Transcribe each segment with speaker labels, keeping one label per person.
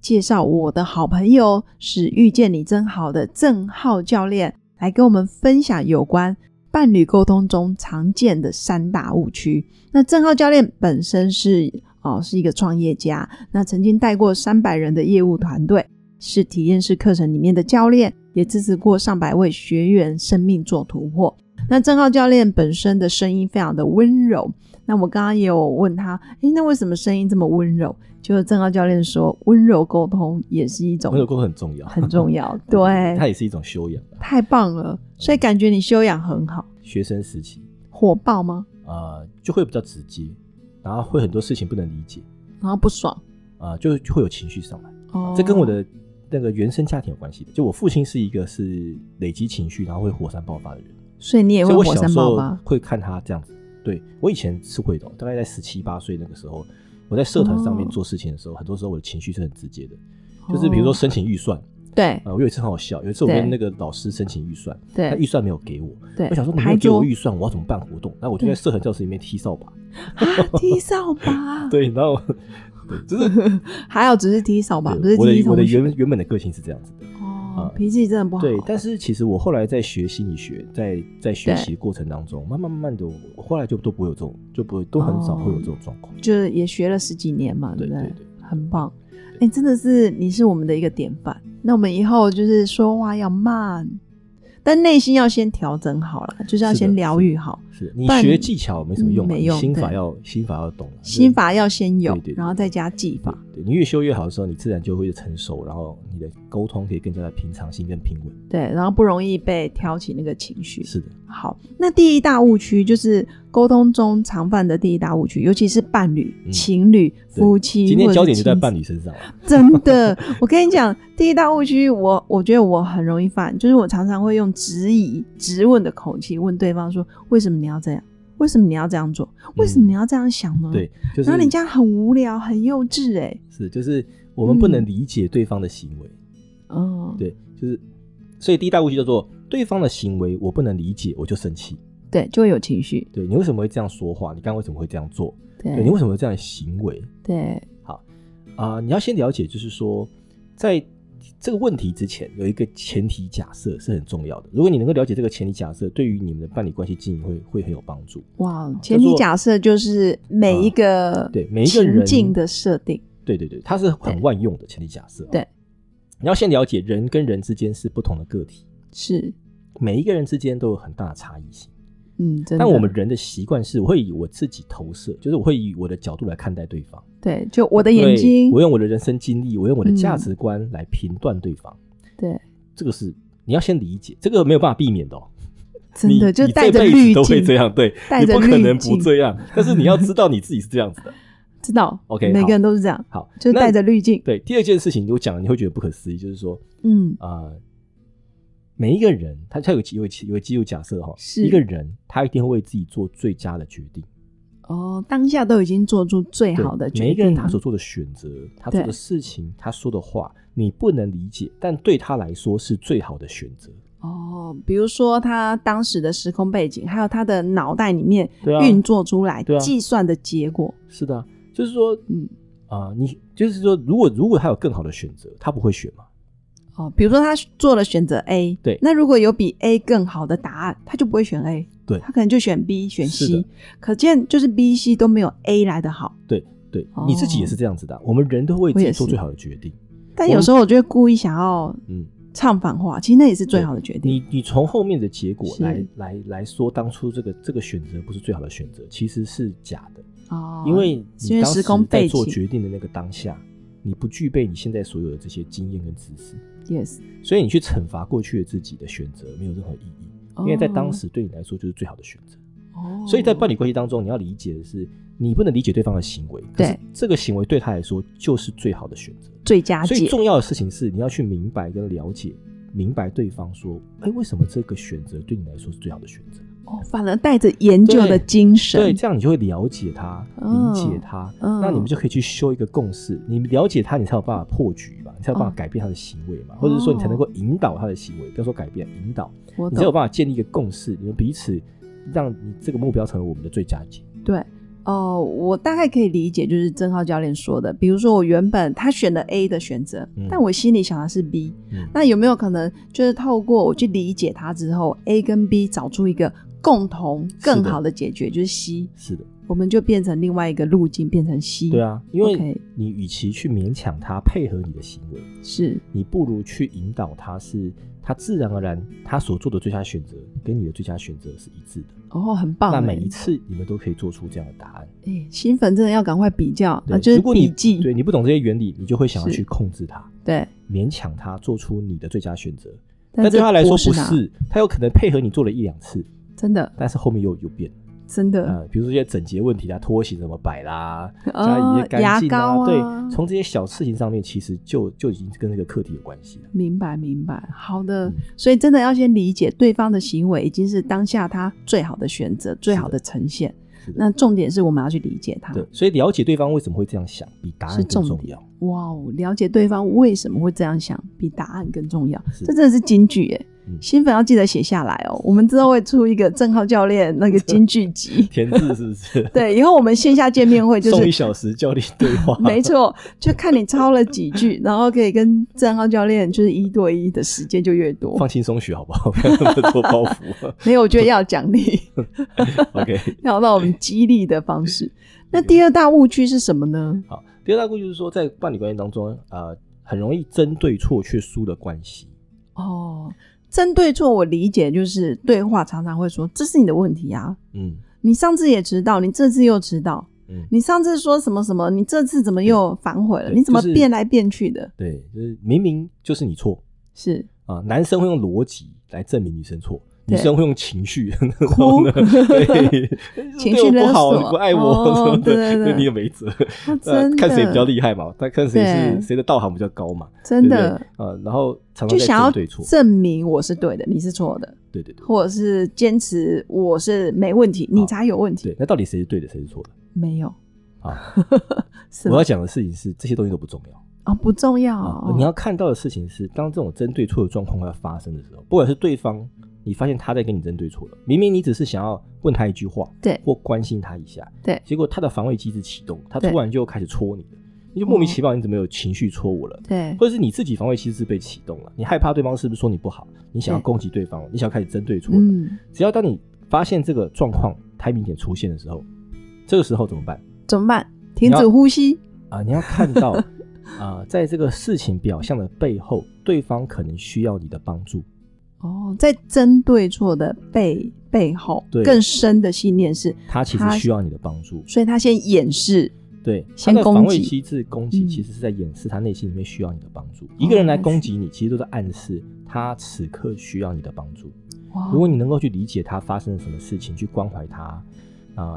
Speaker 1: 介绍我的好朋友是遇见你真好的郑浩教练，来跟我们分享有关伴侣沟通中常见的三大误区。那郑浩教练本身是哦是一个创业家，那曾经带过三百人的业务团队，是体验式课程里面的教练，也支持过上百位学员生命做突破。那郑浩教练本身的声音非常的温柔，那我刚刚也有问他，诶，那为什么声音这么温柔？就是郑浩教练说，温柔沟通也是一种
Speaker 2: 温柔沟通很重要，
Speaker 1: 很 重要，对，
Speaker 2: 它也是一种修养啊。
Speaker 1: 太棒了，所以感觉你修养很好，
Speaker 2: 学生时期，
Speaker 1: 火爆吗？
Speaker 2: 呃，就会比较直接，然后会很多事情不能理解，
Speaker 1: 然后不爽
Speaker 2: 啊、就就会有情绪上来。
Speaker 1: 哦，
Speaker 2: 这跟我的那个原生家庭有关系的。就我父亲是一个是累积情绪，然后会火山爆发的人，
Speaker 1: 所以你也
Speaker 2: 所
Speaker 1: 会
Speaker 2: 以我
Speaker 1: 火
Speaker 2: 小
Speaker 1: 山
Speaker 2: 时
Speaker 1: 爆
Speaker 2: 候
Speaker 1: 发，
Speaker 2: 会看他这样子。对我以前是会的哦，大概在十七八岁那个时候，我在社团上面
Speaker 1: 哦
Speaker 2: 做事情的时候，很多时候我的情绪是很直接的，就是比如说
Speaker 1: 哦
Speaker 2: 申请预算，
Speaker 1: 对
Speaker 2: 呃，我有一次很好笑，有一次我
Speaker 1: 对
Speaker 2: 跟那个老师申请预算，他预
Speaker 1: 对
Speaker 2: 算没有给我，
Speaker 1: 对，
Speaker 2: 我想说你没
Speaker 1: 台
Speaker 2: 有给
Speaker 1: 桌
Speaker 2: 我预算，我要怎么办活动？然后我就在社团教室里面踢扫把，
Speaker 1: 啊，踢扫把，
Speaker 2: 对，然后对，就是
Speaker 1: 还有只是踢扫把，不
Speaker 2: 对
Speaker 1: 是
Speaker 2: 我
Speaker 1: 踢
Speaker 2: 的
Speaker 1: 同
Speaker 2: 我的
Speaker 1: 学
Speaker 2: 原原本的个性是这样子的，
Speaker 1: 哦
Speaker 2: 啊，
Speaker 1: 脾气真的不好，
Speaker 2: 对。但是其实我后来在学心理学，在在学
Speaker 1: 对
Speaker 2: 习过程当中，慢慢慢慢的，我后来就都不会有这种，就不会都很少会有这种状况。
Speaker 1: 就是也学了十几年嘛，
Speaker 2: 对
Speaker 1: 不
Speaker 2: 对
Speaker 1: 对？
Speaker 2: 对，
Speaker 1: 很棒，哎，真的是你是我们的一个典范。那我们以后就是说话要慢，但内心要先调整好了，就是要
Speaker 2: 是的
Speaker 1: 先疗愈好，
Speaker 2: 是的你
Speaker 1: 不然
Speaker 2: 学技巧没什么用
Speaker 1: 嗯
Speaker 2: 嘛，
Speaker 1: 没
Speaker 2: 你
Speaker 1: 用
Speaker 2: 心法
Speaker 1: 对
Speaker 2: 要心法要懂啊，就是
Speaker 1: 心法要先有
Speaker 2: 对对，对
Speaker 1: 然后再加技法。
Speaker 2: 对你越修越好的时候，你自然就会成熟，然后你的沟通可以更加的平常心跟平稳。
Speaker 1: 对，然后不容易被挑起那个情绪。
Speaker 2: 是的，
Speaker 1: 好，那第一大误区就是沟通中常犯的第一大误区，尤其是伴侣、
Speaker 2: 嗯
Speaker 1: 情侣、
Speaker 2: 对
Speaker 1: 夫妻，
Speaker 2: 今天焦点就在伴
Speaker 1: 侣。
Speaker 2: 侣身上了。
Speaker 1: 真的，我跟你讲，第一大误区，我我觉得我很容易犯，就是我常常会用质疑、质问的口气问对方说：“为什么你要这样？为什么你要这样做？为什么你要这样想呢？”
Speaker 2: 对，就
Speaker 1: 嗯
Speaker 2: 是
Speaker 1: 然后你这样很无聊、很幼稚、哎，
Speaker 2: 是，就是我们不
Speaker 1: 嗯
Speaker 2: 能理解对方的行为，
Speaker 1: 嗯，
Speaker 2: 对，就是所以第一大误区叫做对方的行为我不能理解，我就生气。
Speaker 1: 对，就会有情绪，
Speaker 2: 对你为什么会这样说话？你刚刚为什么会这样做？对你
Speaker 1: 对
Speaker 2: 为什么有这样的行为
Speaker 1: 对
Speaker 2: 啊、你要先了解，就是说在这个问题之前有一个前提假设是很重要的。如果你能够了解这个前提假设，对于你们的伴侣关系经营会会很有帮助。
Speaker 1: 哇，
Speaker 2: 叫
Speaker 1: 前提
Speaker 2: 做啊
Speaker 1: 假设就是每一个
Speaker 2: 对每一个
Speaker 1: 情
Speaker 2: 人
Speaker 1: 境的设定，
Speaker 2: 对对对，它是很
Speaker 1: 对
Speaker 2: 万用的前提假设。啊
Speaker 1: 对，
Speaker 2: 你要先了解人跟人之间是不同的个体，
Speaker 1: 是
Speaker 2: 每一个人之间都有很大的差异性。
Speaker 1: 嗯，真的。
Speaker 2: 但我们人的习惯是，我会以我自己投射，就是我会以我的角度来看待对方。
Speaker 1: 对，就我的
Speaker 2: 对
Speaker 1: 眼睛，
Speaker 2: 我用我的人生经历，我用我的价
Speaker 1: 嗯
Speaker 2: 值观来评断对方。
Speaker 1: 对，
Speaker 2: 这个是你要先理解，这个没有办法避免的哦。
Speaker 1: 真的
Speaker 2: 你
Speaker 1: 就
Speaker 2: 你
Speaker 1: 带着
Speaker 2: 这辈子
Speaker 1: 滤
Speaker 2: 都会这
Speaker 1: 镜，
Speaker 2: 样，对，
Speaker 1: 带
Speaker 2: 你
Speaker 1: 着
Speaker 2: 不可
Speaker 1: 滤
Speaker 2: 能不
Speaker 1: 镜
Speaker 2: 这样。但是你要知道你自己是这样子 的。
Speaker 1: 知道
Speaker 2: OK，
Speaker 1: 每
Speaker 2: 好
Speaker 1: 个人都是这样，
Speaker 2: 好，
Speaker 1: 就
Speaker 2: 那
Speaker 1: 带着滤镜。
Speaker 2: 对第二件事情，我讲了你会觉得不可思议，就是说
Speaker 1: 嗯，
Speaker 2: 啊、呃每一个人他他有有有有基础假设哈，
Speaker 1: 是
Speaker 2: 一个人他一定会为自己做最佳的决定。
Speaker 1: 哦，当下都已经做出最
Speaker 2: 对
Speaker 1: 好的决定了，啊
Speaker 2: 每一个人他所做的选择，他做
Speaker 1: 对
Speaker 2: 的事情，他说的话，你不能理解，但对他来说是最好的选择。
Speaker 1: 哦，比如说他当时的时空背景，还有他的脑袋里面
Speaker 2: 对啊
Speaker 1: 运作出来
Speaker 2: 对啊
Speaker 1: 计算的结果，
Speaker 2: 是的啊，就是说
Speaker 1: 嗯，
Speaker 2: 啊、你就是说，如果如果他有更好的选择，他不会选嘛？
Speaker 1: 哦，比如说他做了选择 A，
Speaker 2: 对
Speaker 1: 那如果有比 A 更好的答案，他就不会选 A，
Speaker 2: 对
Speaker 1: 他可能就选 B、选
Speaker 2: 是的
Speaker 1: C，可见就是 B、C 都没有 A 来的好。
Speaker 2: 对
Speaker 1: 哦，
Speaker 2: 你自己也是这样子的啊、我们人都会为
Speaker 1: 我
Speaker 2: 自
Speaker 1: 也
Speaker 2: 己
Speaker 1: 是
Speaker 2: 做最好的决定。
Speaker 1: 但有时候我就会故意想要
Speaker 2: 嗯，
Speaker 1: 唱反话，其实那也是最好的决定。
Speaker 2: 你你从后面的结果
Speaker 1: 是
Speaker 2: 来来来说，当初这个这个选择不是最好的选择，其实是假的，
Speaker 1: 哦，
Speaker 2: 因为
Speaker 1: 因
Speaker 2: 你
Speaker 1: 为
Speaker 2: 当
Speaker 1: 时
Speaker 2: 时
Speaker 1: 空背
Speaker 2: 在
Speaker 1: 景
Speaker 2: 做决定的那个当下，你不具备你现在所有的这些经验跟知识。
Speaker 1: yes，
Speaker 2: 所以你去惩罚过去的自己的选择没有任何意义，因为在当时对你来说就是最好的选择。
Speaker 1: 哦，
Speaker 2: 所以在伴侣关系当中，你要理解的是，你不能理解对方的行为，可是
Speaker 1: 对
Speaker 2: 这个行为对他来说就是最好的选择。
Speaker 1: 最佳
Speaker 2: 所以
Speaker 1: 解
Speaker 2: 重要的事情是，你要去明白跟了解明白对方说，哎，为什么这个选择对你来说是最好的选择？
Speaker 1: 哦，反而带着研究的精神，
Speaker 2: 对，这样你就会了解他，
Speaker 1: 哦
Speaker 2: 理解他，
Speaker 1: 嗯
Speaker 2: 那你们就可以去修一个共识。你了解他，你才有办法破局嘛，你才有办
Speaker 1: 哦
Speaker 2: 法改变他的行为嘛，或者是说你才能够引导他的行为，不要说改变，引导，
Speaker 1: 我
Speaker 2: 你才有
Speaker 1: 懂。
Speaker 2: 办法建立一个共识，你们彼此让你这个目标成为我们的最佳解。
Speaker 1: 对，哦，我大概可以理解，就是郑浩教练说的，比如说我原本他选了 A 的选择，
Speaker 2: 嗯
Speaker 1: 但我心里想的是 B，
Speaker 2: 嗯，
Speaker 1: 那有没有可能就是透过我去理解他之后，A 跟 B 找出一个共同更好的解决，就是 C，
Speaker 2: 是的，
Speaker 1: 我们就变成另外一个路径，变成 C。
Speaker 2: 对，啊，因为
Speaker 1: 嗯 OK
Speaker 2: 你与其去勉强他配合你的行为，
Speaker 1: 是
Speaker 2: 你不如去引导他是。他自然而然，他所做的最佳选择跟你的最佳选择是一致的。
Speaker 1: 哦，很棒欸。
Speaker 2: 那每一次你们都可以做出这样的答案。
Speaker 1: 哎，新粉真的要赶快比较啊，
Speaker 2: 嗯对，
Speaker 1: 就是
Speaker 2: 如果你
Speaker 1: 笔记，
Speaker 2: 对你不懂这些原理，你就会想要
Speaker 1: 是
Speaker 2: 去控制它，
Speaker 1: 对
Speaker 2: 勉强它做出你的最佳选择。
Speaker 1: 但
Speaker 2: 对
Speaker 1: 这
Speaker 2: 他来说不
Speaker 1: 哪
Speaker 2: 是，他有可能配合你做了一两次，
Speaker 1: 啊真的，
Speaker 2: 但是后面又又变了。
Speaker 1: 真的
Speaker 2: 呃，比如说一些整洁问题啊，拖鞋怎么摆啦，家里
Speaker 1: 哦
Speaker 2: 嗯一些，干
Speaker 1: 牙
Speaker 2: 净
Speaker 1: 膏啊，
Speaker 2: 对，从这些小事情上面，其实就就已经跟那个课题有关系了。
Speaker 1: 明白明白，好的
Speaker 2: 嗯，
Speaker 1: 所以真的要先理解对方的行为已经是当下他最好的选择，最好的呈现。
Speaker 2: 是的
Speaker 1: 那重点是我们要去理解他。
Speaker 2: 对，所以了解对方为什么会这样想，比答案
Speaker 1: 啊是
Speaker 2: 更
Speaker 1: 重
Speaker 2: 重
Speaker 1: 点
Speaker 2: 要。
Speaker 1: 哇哦，了解对方为什么会这样想，比答案更重要。
Speaker 2: 是
Speaker 1: 这真的是金句耶
Speaker 2: 嗯！。
Speaker 1: 新粉要记得写下来哦，我们之后会出一个郑浩教练那个金句集
Speaker 2: 填字是不是？
Speaker 1: 对，以后我们线下见面会就
Speaker 2: 送一
Speaker 1: 是。
Speaker 2: 小时教练对 话，
Speaker 1: 没错，就看你抄了几句，然后可以跟郑浩教练就是一对一的时间就越多。
Speaker 2: 放轻松学好不好？ 不要那么多包袱。
Speaker 1: 没有，我觉得要奖励，
Speaker 2: OK，
Speaker 1: 要让我们激励的方 式。那第二大误区是什么呢？
Speaker 2: 好，第二大故就是说，在伴侣关系当中，呃，很容易针对错却输的关系。
Speaker 1: 哦，针对错，我理解就是对话常常会说：“这是你的问题啊，
Speaker 2: 嗯
Speaker 1: 你上次也迟到，你这次又迟到，
Speaker 2: 嗯，
Speaker 1: 你上次说什么什么，你这次怎么又反悔了？
Speaker 2: 对
Speaker 1: 你怎么
Speaker 2: 就是
Speaker 1: 变来变去的？”
Speaker 2: 对，就是明明就是你错
Speaker 1: 是
Speaker 2: 啊、男生会用逻辑来证明女生错，
Speaker 1: 对
Speaker 2: 女生会用情绪， 然 后呢，对，
Speaker 1: 情
Speaker 2: 对
Speaker 1: 绪
Speaker 2: 我
Speaker 1: 勒
Speaker 2: 不好，
Speaker 1: 索
Speaker 2: 你不爱我，
Speaker 1: 哦
Speaker 2: 什么的
Speaker 1: 对对对
Speaker 2: 那你也没辙。
Speaker 1: 哦
Speaker 2: 呃
Speaker 1: 真的，
Speaker 2: 看谁比较厉害嘛，但看谁
Speaker 1: 对
Speaker 2: 是谁的道行比较高嘛，
Speaker 1: 真
Speaker 2: 对不
Speaker 1: 的
Speaker 2: 对，呃，然后常常
Speaker 1: 就
Speaker 2: 在
Speaker 1: 想要
Speaker 2: 针对错，
Speaker 1: 证明我是对的，你是错的，
Speaker 2: 对对对
Speaker 1: 或者是坚持我是没问题，你才有问题
Speaker 2: 对，，那到底谁是对的，谁是错的？
Speaker 1: 没有
Speaker 2: 啊，
Speaker 1: 是
Speaker 2: 我
Speaker 1: 吗
Speaker 2: 要讲的事情是，这些东西都不重要。
Speaker 1: 哦，不重要
Speaker 2: 啊
Speaker 1: 哦，，
Speaker 2: 你要看到的事情是，当这种针对错的状况要发生的时候，不管是对方，你发现他在跟你针对错了，明明你只是想要问他一句话，
Speaker 1: 对
Speaker 2: 或关心他一下，
Speaker 1: 对
Speaker 2: 结果他的防卫机制启动，他
Speaker 1: 对
Speaker 2: 突然就开始戳你了，你就莫名其妙，你怎么有情绪戳我了？
Speaker 1: 对
Speaker 2: 或者是你自己防卫机制被启动了，你害怕对方是不是说你不好，你想要
Speaker 1: 对
Speaker 2: 攻击对方了，你想要开始针对错了。
Speaker 1: 嗯，
Speaker 2: 只要当你发现这个状况 timing 点出现的时候，这个时候怎么办？
Speaker 1: 怎么办？停止呼吸，
Speaker 2: 啊、你要看到啊、在这个事情表象的背后，对方可能需要你的帮助。
Speaker 1: 哦，在针对错的背背后，
Speaker 2: 对
Speaker 1: 更深的信念是，
Speaker 2: 他其实
Speaker 1: 他
Speaker 2: 需要你的帮助，
Speaker 1: 所以他先掩饰，
Speaker 2: 对，他
Speaker 1: 先
Speaker 2: 的防
Speaker 1: 攻
Speaker 2: 卫
Speaker 1: 击
Speaker 2: 机制攻击
Speaker 1: 嗯哦
Speaker 2: 其实是在掩饰他内心里面需要你的帮助。一个人来
Speaker 1: 还
Speaker 2: 攻
Speaker 1: 是
Speaker 2: 击你，其实都在暗示他此刻需要你的帮助。
Speaker 1: 哇
Speaker 2: 如果你能够去理解他发生了什么事情，去关怀他啊、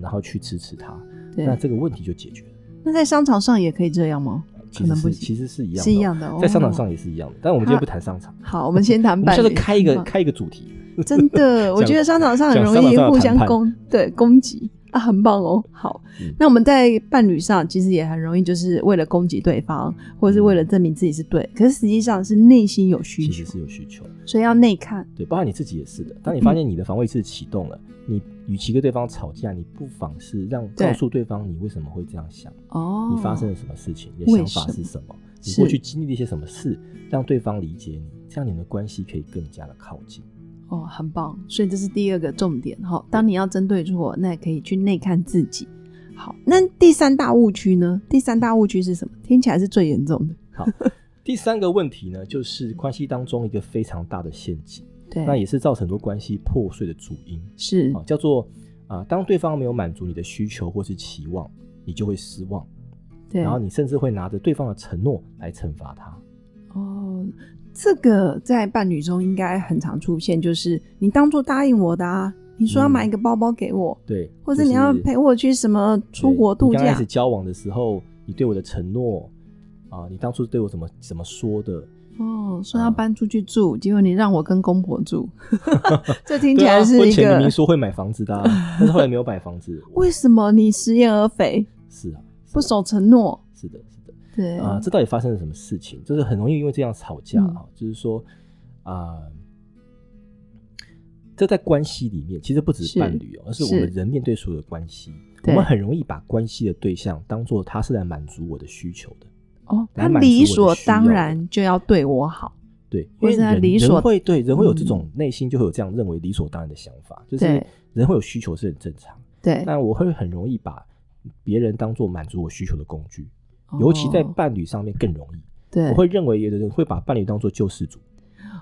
Speaker 2: 然后去支持他，
Speaker 1: 对
Speaker 2: 那这个问题就解决了。
Speaker 1: 那在商场上也可以这样吗？
Speaker 2: 其
Speaker 1: 可
Speaker 2: 实
Speaker 1: 能不
Speaker 2: 是
Speaker 1: 行
Speaker 2: 其实是一样的哦，
Speaker 1: 是一样的哦
Speaker 2: 在商场上也是一样的。但我们今天不谈商场，
Speaker 1: 好，我们先
Speaker 2: 我
Speaker 1: 谈
Speaker 2: 们
Speaker 1: 伴
Speaker 2: 下次
Speaker 1: 侣，
Speaker 2: 开一
Speaker 1: 好
Speaker 2: 个
Speaker 1: 吧
Speaker 2: 开一个主题。
Speaker 1: 真的，我觉得商场上很
Speaker 2: 讲
Speaker 1: 容易
Speaker 2: 商场上的
Speaker 1: 互相
Speaker 2: 谈判
Speaker 1: 攻，对攻击啊，很棒哦。好，
Speaker 2: 嗯
Speaker 1: 那我们在伴侣上其实也很容易，就是为了攻击对方，或者是为了证明自己是对，可是实际上是内心有需求
Speaker 2: 其实，嗯是有需求，
Speaker 1: 所以要内看。
Speaker 2: 对，包含你自己也是的。当你发现你的防卫是启动了，你与其跟对方吵架，你不妨是让
Speaker 1: 对
Speaker 2: 告诉对方你为什么会这样想，
Speaker 1: 哦，
Speaker 2: 你发生了什么事情，你
Speaker 1: 为
Speaker 2: 的想法
Speaker 1: 什
Speaker 2: 是
Speaker 1: 么
Speaker 2: 什么，你
Speaker 1: 是
Speaker 2: 过去经历了一些什么事，让对方理解你，这样你们的关系可以更加的靠近。
Speaker 1: 哦，很棒。所以这是第二个重点哈、当你要针对错，那可以去内看自己。好，那第三大误区呢？第三大误区是什么？听起来是最严重的。
Speaker 2: 好，第三个问题呢，就是关系当中一个非常大的陷阱，那
Speaker 1: 对，
Speaker 2: 也是造成很多关系破碎的主因
Speaker 1: 是
Speaker 2: 啊，叫做啊、当对方没有满足你的需求或是期望，你就会失望，
Speaker 1: 对。
Speaker 2: 然后你甚至会拿着对方的承诺来惩罚他。
Speaker 1: 哦，这个在伴侣中应该很常出现，就是你当初答应我的啊，你说要
Speaker 2: 嗯
Speaker 1: 买一个包包给我，
Speaker 2: 对，
Speaker 1: 或
Speaker 2: 者
Speaker 1: 者你要陪我去什么出国度
Speaker 2: 刚开
Speaker 1: 假
Speaker 2: 始，交往的时候，你对我的承诺啊，你当初对我怎么怎么说的？
Speaker 1: 哦，说要搬出去住，结果你让我跟公婆 住，这听起
Speaker 2: 对啊
Speaker 1: 来是
Speaker 2: 婚
Speaker 1: 一
Speaker 2: 前明
Speaker 1: 个
Speaker 2: 明说会买房子的、 啊，但是后来没有买房子。
Speaker 1: 为什么你食言而肥，
Speaker 2: 是啊，是啊
Speaker 1: 不守承诺？
Speaker 2: 是的，是的。
Speaker 1: 对
Speaker 2: 啊、这到底发生了什么事情？就是很容易因为这样吵架
Speaker 1: 嗯
Speaker 2: 啊、就是说啊、这在关系里面其实不只是
Speaker 1: 是
Speaker 2: 伴侣哦，而是我
Speaker 1: 是
Speaker 2: 们人面对所有的关系，我
Speaker 1: 对
Speaker 2: 们很容易把关系的对象当做他是来满足我的需求的。
Speaker 1: 哦，
Speaker 2: 来
Speaker 1: 他
Speaker 2: 满足
Speaker 1: 理
Speaker 2: 我的
Speaker 1: 所
Speaker 2: 需
Speaker 1: 当
Speaker 2: 要的
Speaker 1: 然就要对我好，
Speaker 2: 对，因
Speaker 1: 或
Speaker 2: 为
Speaker 1: 是他
Speaker 2: 人
Speaker 1: 理所嗯
Speaker 2: 人会对人会有这种内心就会有这样认为理所当然的想法，就是
Speaker 1: 对
Speaker 2: 人会有需求是很正常。
Speaker 1: 对，
Speaker 2: 但我会很容易把别人当做满足我需求的工具，尤其在
Speaker 1: 哦
Speaker 2: 伴侣上面更容易。
Speaker 1: 对
Speaker 2: 我会认为有的人会把伴侣当做救世主。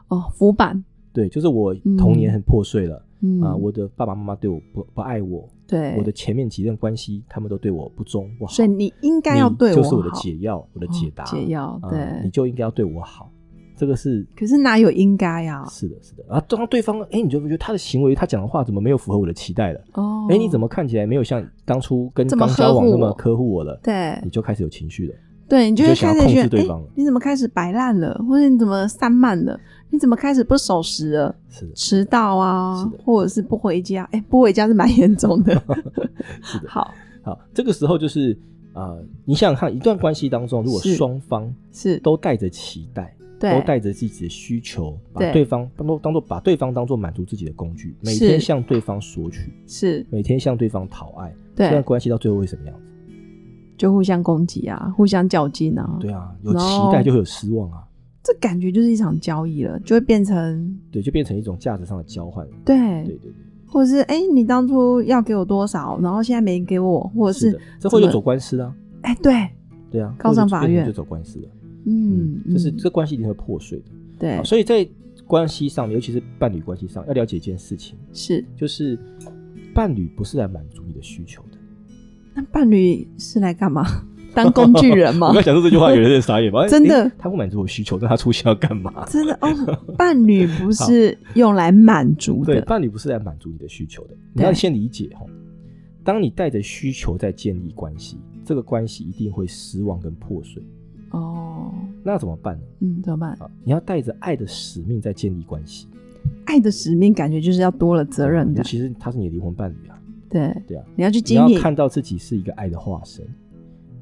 Speaker 1: 哦浮板，
Speaker 2: 对，就是我童年很破碎了
Speaker 1: 嗯
Speaker 2: 啊、我的爸爸妈妈对我不不爱我，
Speaker 1: 对
Speaker 2: 我的前面几任关系他们都对我不忠不好，
Speaker 1: 所以你应该
Speaker 2: 你
Speaker 1: 要对我
Speaker 2: 就是我的
Speaker 1: 好
Speaker 2: 解药，我的解答，
Speaker 1: 哦解药
Speaker 2: 啊
Speaker 1: 对
Speaker 2: 你就应该要对我好，这个是
Speaker 1: 可是哪有应该啊呀？
Speaker 2: 是的，是的。然后当对方，哎，你就觉得他的行为，他讲的话怎么没有符合我的期待了？
Speaker 1: 哦，
Speaker 2: 哎，你怎么看起来没有像当初跟
Speaker 1: 这么
Speaker 2: 刚交
Speaker 1: 呵
Speaker 2: 往
Speaker 1: 护
Speaker 2: 那么
Speaker 1: 我
Speaker 2: 呵护我了？
Speaker 1: 对
Speaker 2: 你就开始有情绪了。
Speaker 1: 对，你就
Speaker 2: 你
Speaker 1: 会
Speaker 2: 就想
Speaker 1: 开
Speaker 2: 要
Speaker 1: 始
Speaker 2: 控
Speaker 1: 觉
Speaker 2: 制
Speaker 1: 得，
Speaker 2: 对
Speaker 1: 哎、
Speaker 2: 方了
Speaker 1: 你怎么开始摆烂了，或者你怎么散漫了，你怎么开始不守时了，
Speaker 2: 是的，
Speaker 1: 迟到啊
Speaker 2: 是的，
Speaker 1: 或者是不回家，哎、不回家是蛮严重 的。
Speaker 2: 是的。
Speaker 1: 好，
Speaker 2: 好，这个时候就是呃，你想想看，一段关系当中，如果
Speaker 1: 是
Speaker 2: 双方
Speaker 1: 是，
Speaker 2: 都带着期待，
Speaker 1: 对
Speaker 2: 都，带着自己的需求，把
Speaker 1: 对
Speaker 2: 对方当做当做把对方当做满足自己的工具，每
Speaker 1: 是
Speaker 2: 天向对方索取，
Speaker 1: 是，
Speaker 2: 每天向对方讨爱，这
Speaker 1: 对，
Speaker 2: 段关系到最后会什么样子？
Speaker 1: 就互相攻击啊，互相较劲啊，
Speaker 2: 对啊，有
Speaker 1: 然后
Speaker 2: 期待就会有失望啊，
Speaker 1: 这感觉就是一场交易了，就会变成
Speaker 2: 对，就变成一种价值上的交换。
Speaker 1: 对，
Speaker 2: 对对对，
Speaker 1: 或者是哎、你当初要给我多少，然后现在没给我，或者
Speaker 2: 是
Speaker 1: 是
Speaker 2: 的，这会有
Speaker 1: 怎么
Speaker 2: 走官司啊，
Speaker 1: 哎、对，
Speaker 2: 对啊，
Speaker 1: 告上法
Speaker 2: 或者就
Speaker 1: 院
Speaker 2: 就走官司了。
Speaker 1: 嗯，
Speaker 2: 就是
Speaker 1: 嗯
Speaker 2: 这关系一定会破碎的。
Speaker 1: 对
Speaker 2: 好，所以在关系上，尤其是伴侣关系上，要了解一件事情，
Speaker 1: 是。
Speaker 2: 就是伴侣不是来满足你的需求的。
Speaker 1: 那伴侣是来干嘛？ 当工具人吗
Speaker 2: 我？刚讲出这句话，有人在傻眼 吧？
Speaker 1: 哦真的
Speaker 2: 诶他不满足我需求，那他出现要干嘛？
Speaker 1: 真的哦，伴侣不是用来满足
Speaker 2: 对，
Speaker 1: 的，
Speaker 2: 伴侣不是来满足你的需求的，你要
Speaker 1: 对
Speaker 2: 先理解哈。当你带着需求在建立关系，这个关系一定会失望跟破碎。
Speaker 1: 哦，
Speaker 2: 那怎么办呢？
Speaker 1: 嗯，怎么办？
Speaker 2: 啊，你要带着爱的使命在建立关系，
Speaker 1: 爱的使命感觉就是要多了责任
Speaker 2: 尤
Speaker 1: 感，
Speaker 2: 哦其是他是你的灵魂伴侣啊，
Speaker 1: 对
Speaker 2: 对啊，
Speaker 1: 你要去
Speaker 2: 你
Speaker 1: 经
Speaker 2: 要
Speaker 1: 营，
Speaker 2: 看到自己是一个爱的化身。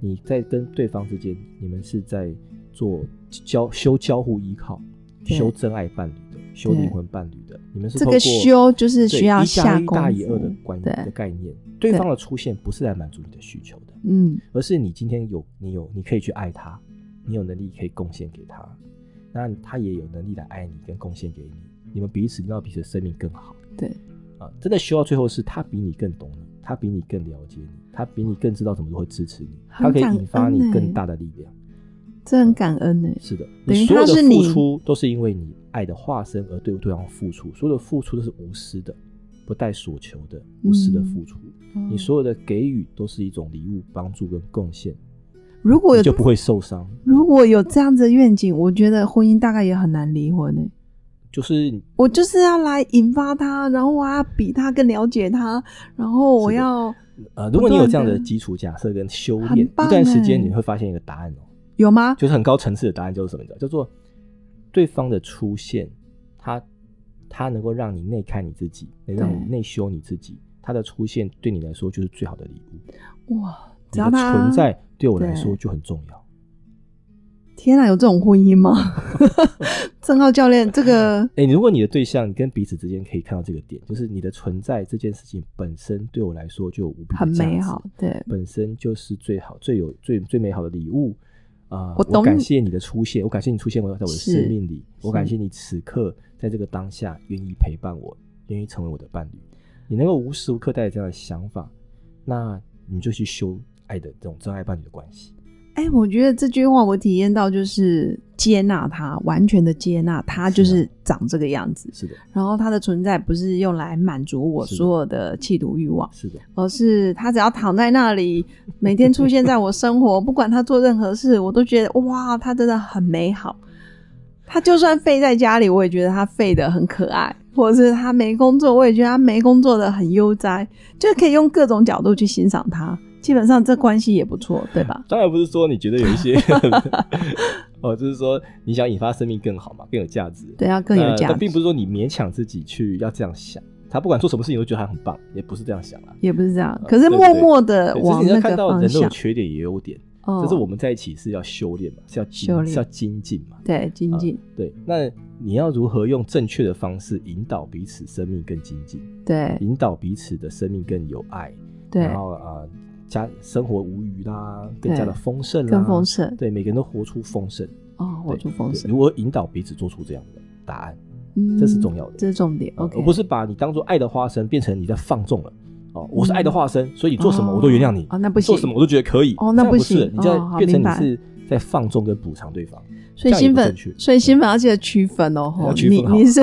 Speaker 2: 你在跟对方之间，你们是在做交修交互依靠，
Speaker 1: 对
Speaker 2: 修真爱伴侣的，修灵魂伴侣的。你们是
Speaker 1: 这
Speaker 2: 透过
Speaker 1: 个修就是
Speaker 2: 对
Speaker 1: 需要
Speaker 2: 一加
Speaker 1: 下
Speaker 2: 一
Speaker 1: 功
Speaker 2: 大于二的
Speaker 1: 夫，
Speaker 2: 观
Speaker 1: 对
Speaker 2: 的概念。对方的出现不是来满足你的需求的，
Speaker 1: 嗯，
Speaker 2: 而是你今天有你有你可以去爱他，你有能力可以贡献给他，那他也有能力来爱你跟贡献给你，你们彼此让彼此的生命更好。
Speaker 1: 对，
Speaker 2: 啊，真的修到最后是他比你更懂你，他比你更了解你，他比你更知道怎么如何支持你，他
Speaker 1: 很
Speaker 2: 可以
Speaker 1: 感
Speaker 2: 引发
Speaker 1: 恩
Speaker 2: 你
Speaker 1: 欸
Speaker 2: 更大的力量。
Speaker 1: 这很感恩呢。
Speaker 2: 是的，
Speaker 1: 等于
Speaker 2: 所有
Speaker 1: 他
Speaker 2: 的
Speaker 1: 是
Speaker 2: 付
Speaker 1: 你
Speaker 2: 出都是因为你爱的化身而对对方付出，所有的付出都是无私的，不带所求的，无私的
Speaker 1: 嗯
Speaker 2: 付出。
Speaker 1: 哦
Speaker 2: 你所有的给予都是一种礼物、帮助跟贡献，
Speaker 1: 如果
Speaker 2: 你
Speaker 1: 有
Speaker 2: 就不会受伤。
Speaker 1: 如果有这样子的愿景，我觉得婚姻大概也很难离婚呢。
Speaker 2: 就是你
Speaker 1: 我就是要来引发他，然后我要比他更了解他，然后我
Speaker 2: 是的
Speaker 1: 要
Speaker 2: 呃，如果你有这样
Speaker 1: 不
Speaker 2: 的
Speaker 1: 断地
Speaker 2: 基础假设跟修
Speaker 1: 很
Speaker 2: 炼，
Speaker 1: 棒
Speaker 2: 一段时间
Speaker 1: 欸
Speaker 2: 你会发现一个答案哦、
Speaker 1: 有吗？
Speaker 2: 就是很高层次的答案就是什么？你知道叫做对方的出现，他他能够让你内看你自己，能让你
Speaker 1: 对
Speaker 2: 内修你自己。
Speaker 1: 嗯
Speaker 2: 他的出现对你来说就是最好的礼物，
Speaker 1: 哇，只
Speaker 2: 你
Speaker 1: 要
Speaker 2: 的
Speaker 1: 他
Speaker 2: 存在对我来
Speaker 1: 对
Speaker 2: 说就很重要。
Speaker 1: 天啊，有这种婚姻 吗？郑浩教练，这个
Speaker 2: 哎、如果你的对象你跟彼此之间可以看到这个点，就是你的存在这件事情本身对我来说就有无比的
Speaker 1: 很
Speaker 2: 价
Speaker 1: 美
Speaker 2: 值
Speaker 1: 好，对，
Speaker 2: 本身就是最好、最有、最最美好的礼物啊、呃
Speaker 1: 我懂
Speaker 2: 感
Speaker 1: 你
Speaker 2: 谢你的出现，我感谢你出现我在我的
Speaker 1: 是
Speaker 2: 生命里，我
Speaker 1: 是
Speaker 2: 感谢你此刻在这个当下愿意陪伴我，愿意成为我的伴侣。你能够无时无刻带着这样的想法，那你就去修爱的这种真爱伴侣的关系。
Speaker 1: 哎、我觉得这句话我体验到就是接纳他，完全的接纳他，
Speaker 2: 是
Speaker 1: 就
Speaker 2: 啊
Speaker 1: 是长这个样子。
Speaker 2: 是的，
Speaker 1: 然后他的存在不是用来满足我
Speaker 2: 是的
Speaker 1: 所有的企图欲望，
Speaker 2: 是的，
Speaker 1: 而是他只要躺在那里，每天出现在我生活， 不管他做任何事，我都觉得哇，他真的很美好。他就算废在家里，我也觉得他废的很可爱，或者是他没工作，我也觉得他没工作的很悠哉，就是可以用各种角度去欣赏他。基本上这关系也不错，对吧？
Speaker 2: 当然不是说你觉得有一些 哦，就是说你想引发生命更好嘛，更有价值。
Speaker 1: 对，要更有
Speaker 2: 那
Speaker 1: 价
Speaker 2: 呃但并
Speaker 1: 值，
Speaker 2: 不是说你勉强自己去要这样想。他不管做什么事情都觉得他很棒，也不是这样想啊。
Speaker 1: 也不是这样。
Speaker 2: 呃
Speaker 1: 可是
Speaker 2: 对
Speaker 1: 默
Speaker 2: 对
Speaker 1: 默的
Speaker 2: 对只
Speaker 1: 往
Speaker 2: 是你
Speaker 1: 那
Speaker 2: 要
Speaker 1: 个
Speaker 2: 看到
Speaker 1: 方
Speaker 2: 人都有
Speaker 1: 向，
Speaker 2: 缺点也有优点，
Speaker 1: 哦
Speaker 2: 这是我们在一起是要修炼嘛，是要精
Speaker 1: 修炼
Speaker 2: 是要精进嘛。
Speaker 1: 对经济，
Speaker 2: 对，那你要如何用正确的方式引导彼此生命更精进，
Speaker 1: 对
Speaker 2: 引导彼此的生命更有爱，
Speaker 1: 对
Speaker 2: 嗯然，后啊、呃家生活无余啦，更加
Speaker 1: 对
Speaker 2: 的丰盛啦，
Speaker 1: 更丰盛
Speaker 2: 对，每个人都活出丰盛，
Speaker 1: 哦，我
Speaker 2: 啊对
Speaker 1: 祝丰
Speaker 2: 对
Speaker 1: 盛，
Speaker 2: 如何引导彼此做出这样的答案，
Speaker 1: 嗯
Speaker 2: 这是重要的。
Speaker 1: 这是重点。
Speaker 2: 呃
Speaker 1: OK，
Speaker 2: 而不是把你当做爱的化身，变成你在放纵了。哦，我是爱的化身，所以你做什么我都原谅你，
Speaker 1: 嗯哦，那不行
Speaker 2: 做什么我都觉得可以。
Speaker 1: 哦那
Speaker 2: 这样
Speaker 1: 不
Speaker 2: 不
Speaker 1: 行
Speaker 2: 是你在
Speaker 1: 哦好
Speaker 2: 变
Speaker 1: 明
Speaker 2: 成你
Speaker 1: 白
Speaker 2: 是在放纵跟补偿对方。
Speaker 1: 所以
Speaker 2: 这样也
Speaker 1: 新
Speaker 2: 不
Speaker 1: 粉
Speaker 2: 正确，
Speaker 1: 所以新粉要记得区分哦。吼
Speaker 2: 要区
Speaker 1: 你
Speaker 2: 分好
Speaker 1: 你是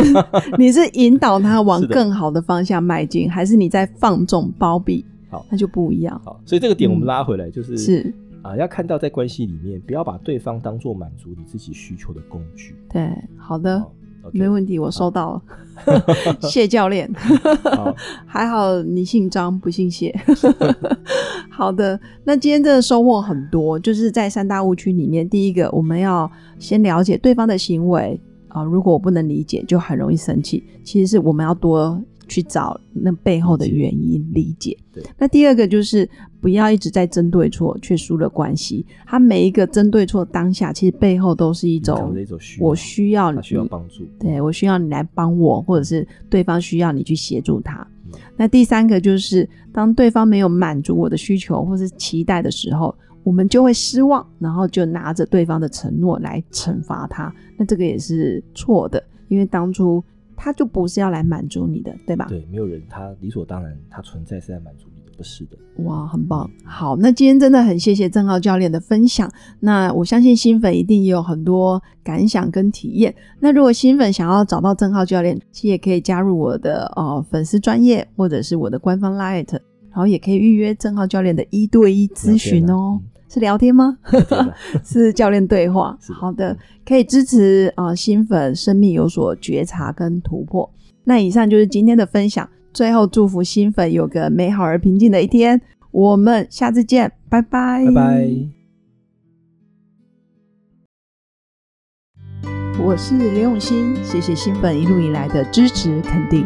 Speaker 1: 你是引导他往
Speaker 2: 是的
Speaker 1: 更好的方向迈进，还是你在放纵包庇？
Speaker 2: 好
Speaker 1: 那就不一样。
Speaker 2: 好，所以这个点我们
Speaker 1: 嗯
Speaker 2: 拉回来，就是
Speaker 1: 是
Speaker 2: 啊，要看到在关系里面，不要把对方当做满足你自己需求的工具。
Speaker 1: 对，好的，
Speaker 2: 好，OK，
Speaker 1: 呃没问题，我收到了。 谢教练，
Speaker 2: 好，
Speaker 1: 还好你姓张不姓 谢。好的，那今天真的收获很多，就是在三大误区里面，第一个我们要先了解对方的行为啊、如果我不能理解，就很容易生气。其实是我们要多去找那背后的
Speaker 2: 理解
Speaker 1: 原因理解。
Speaker 2: 对
Speaker 1: 那第二个就是不要一直在争对错，却输了关系。他每一个争对错当下，其实背后都是一
Speaker 2: 一种
Speaker 1: 种
Speaker 2: 这种需要，
Speaker 1: 我需要你
Speaker 2: 他需要帮助。
Speaker 1: 对我需要你来帮我，或者是对方需要你去协助他
Speaker 2: 嗯。
Speaker 1: 那第三个就是，当对方没有满足我的需求或是期待的时候，我们就会失望，然后就拿着对方的承诺来惩罚他。那这个也是错的，因为当初他就不是要来满足你的，对吧？
Speaker 2: 对，没有人他理所当然，他存在是在满足你的，不是 的。
Speaker 1: 哇，很棒！好，那今天真的很谢谢郑浩教练的分享。那我相信新粉一定也有很多感想跟体验。那如果新粉想要找到郑浩教练，其实也可以加入我的呃粉丝专业，或者是我的官方 Lite，然后也可以预约郑浩教练的一对一咨询哦。是聊天吗？
Speaker 2: 聊天啊， 嗯
Speaker 1: 是教练对话。
Speaker 2: 是的
Speaker 1: 好的，可以支持啊、呃新粉生命有所觉察跟突破。那以上就是今天的分享，最后祝福新粉有个美好而平静的一天。我们下次见，拜拜，
Speaker 2: 拜拜。
Speaker 1: 哎我是刘永新，谢谢新粉一路以来的支持肯定。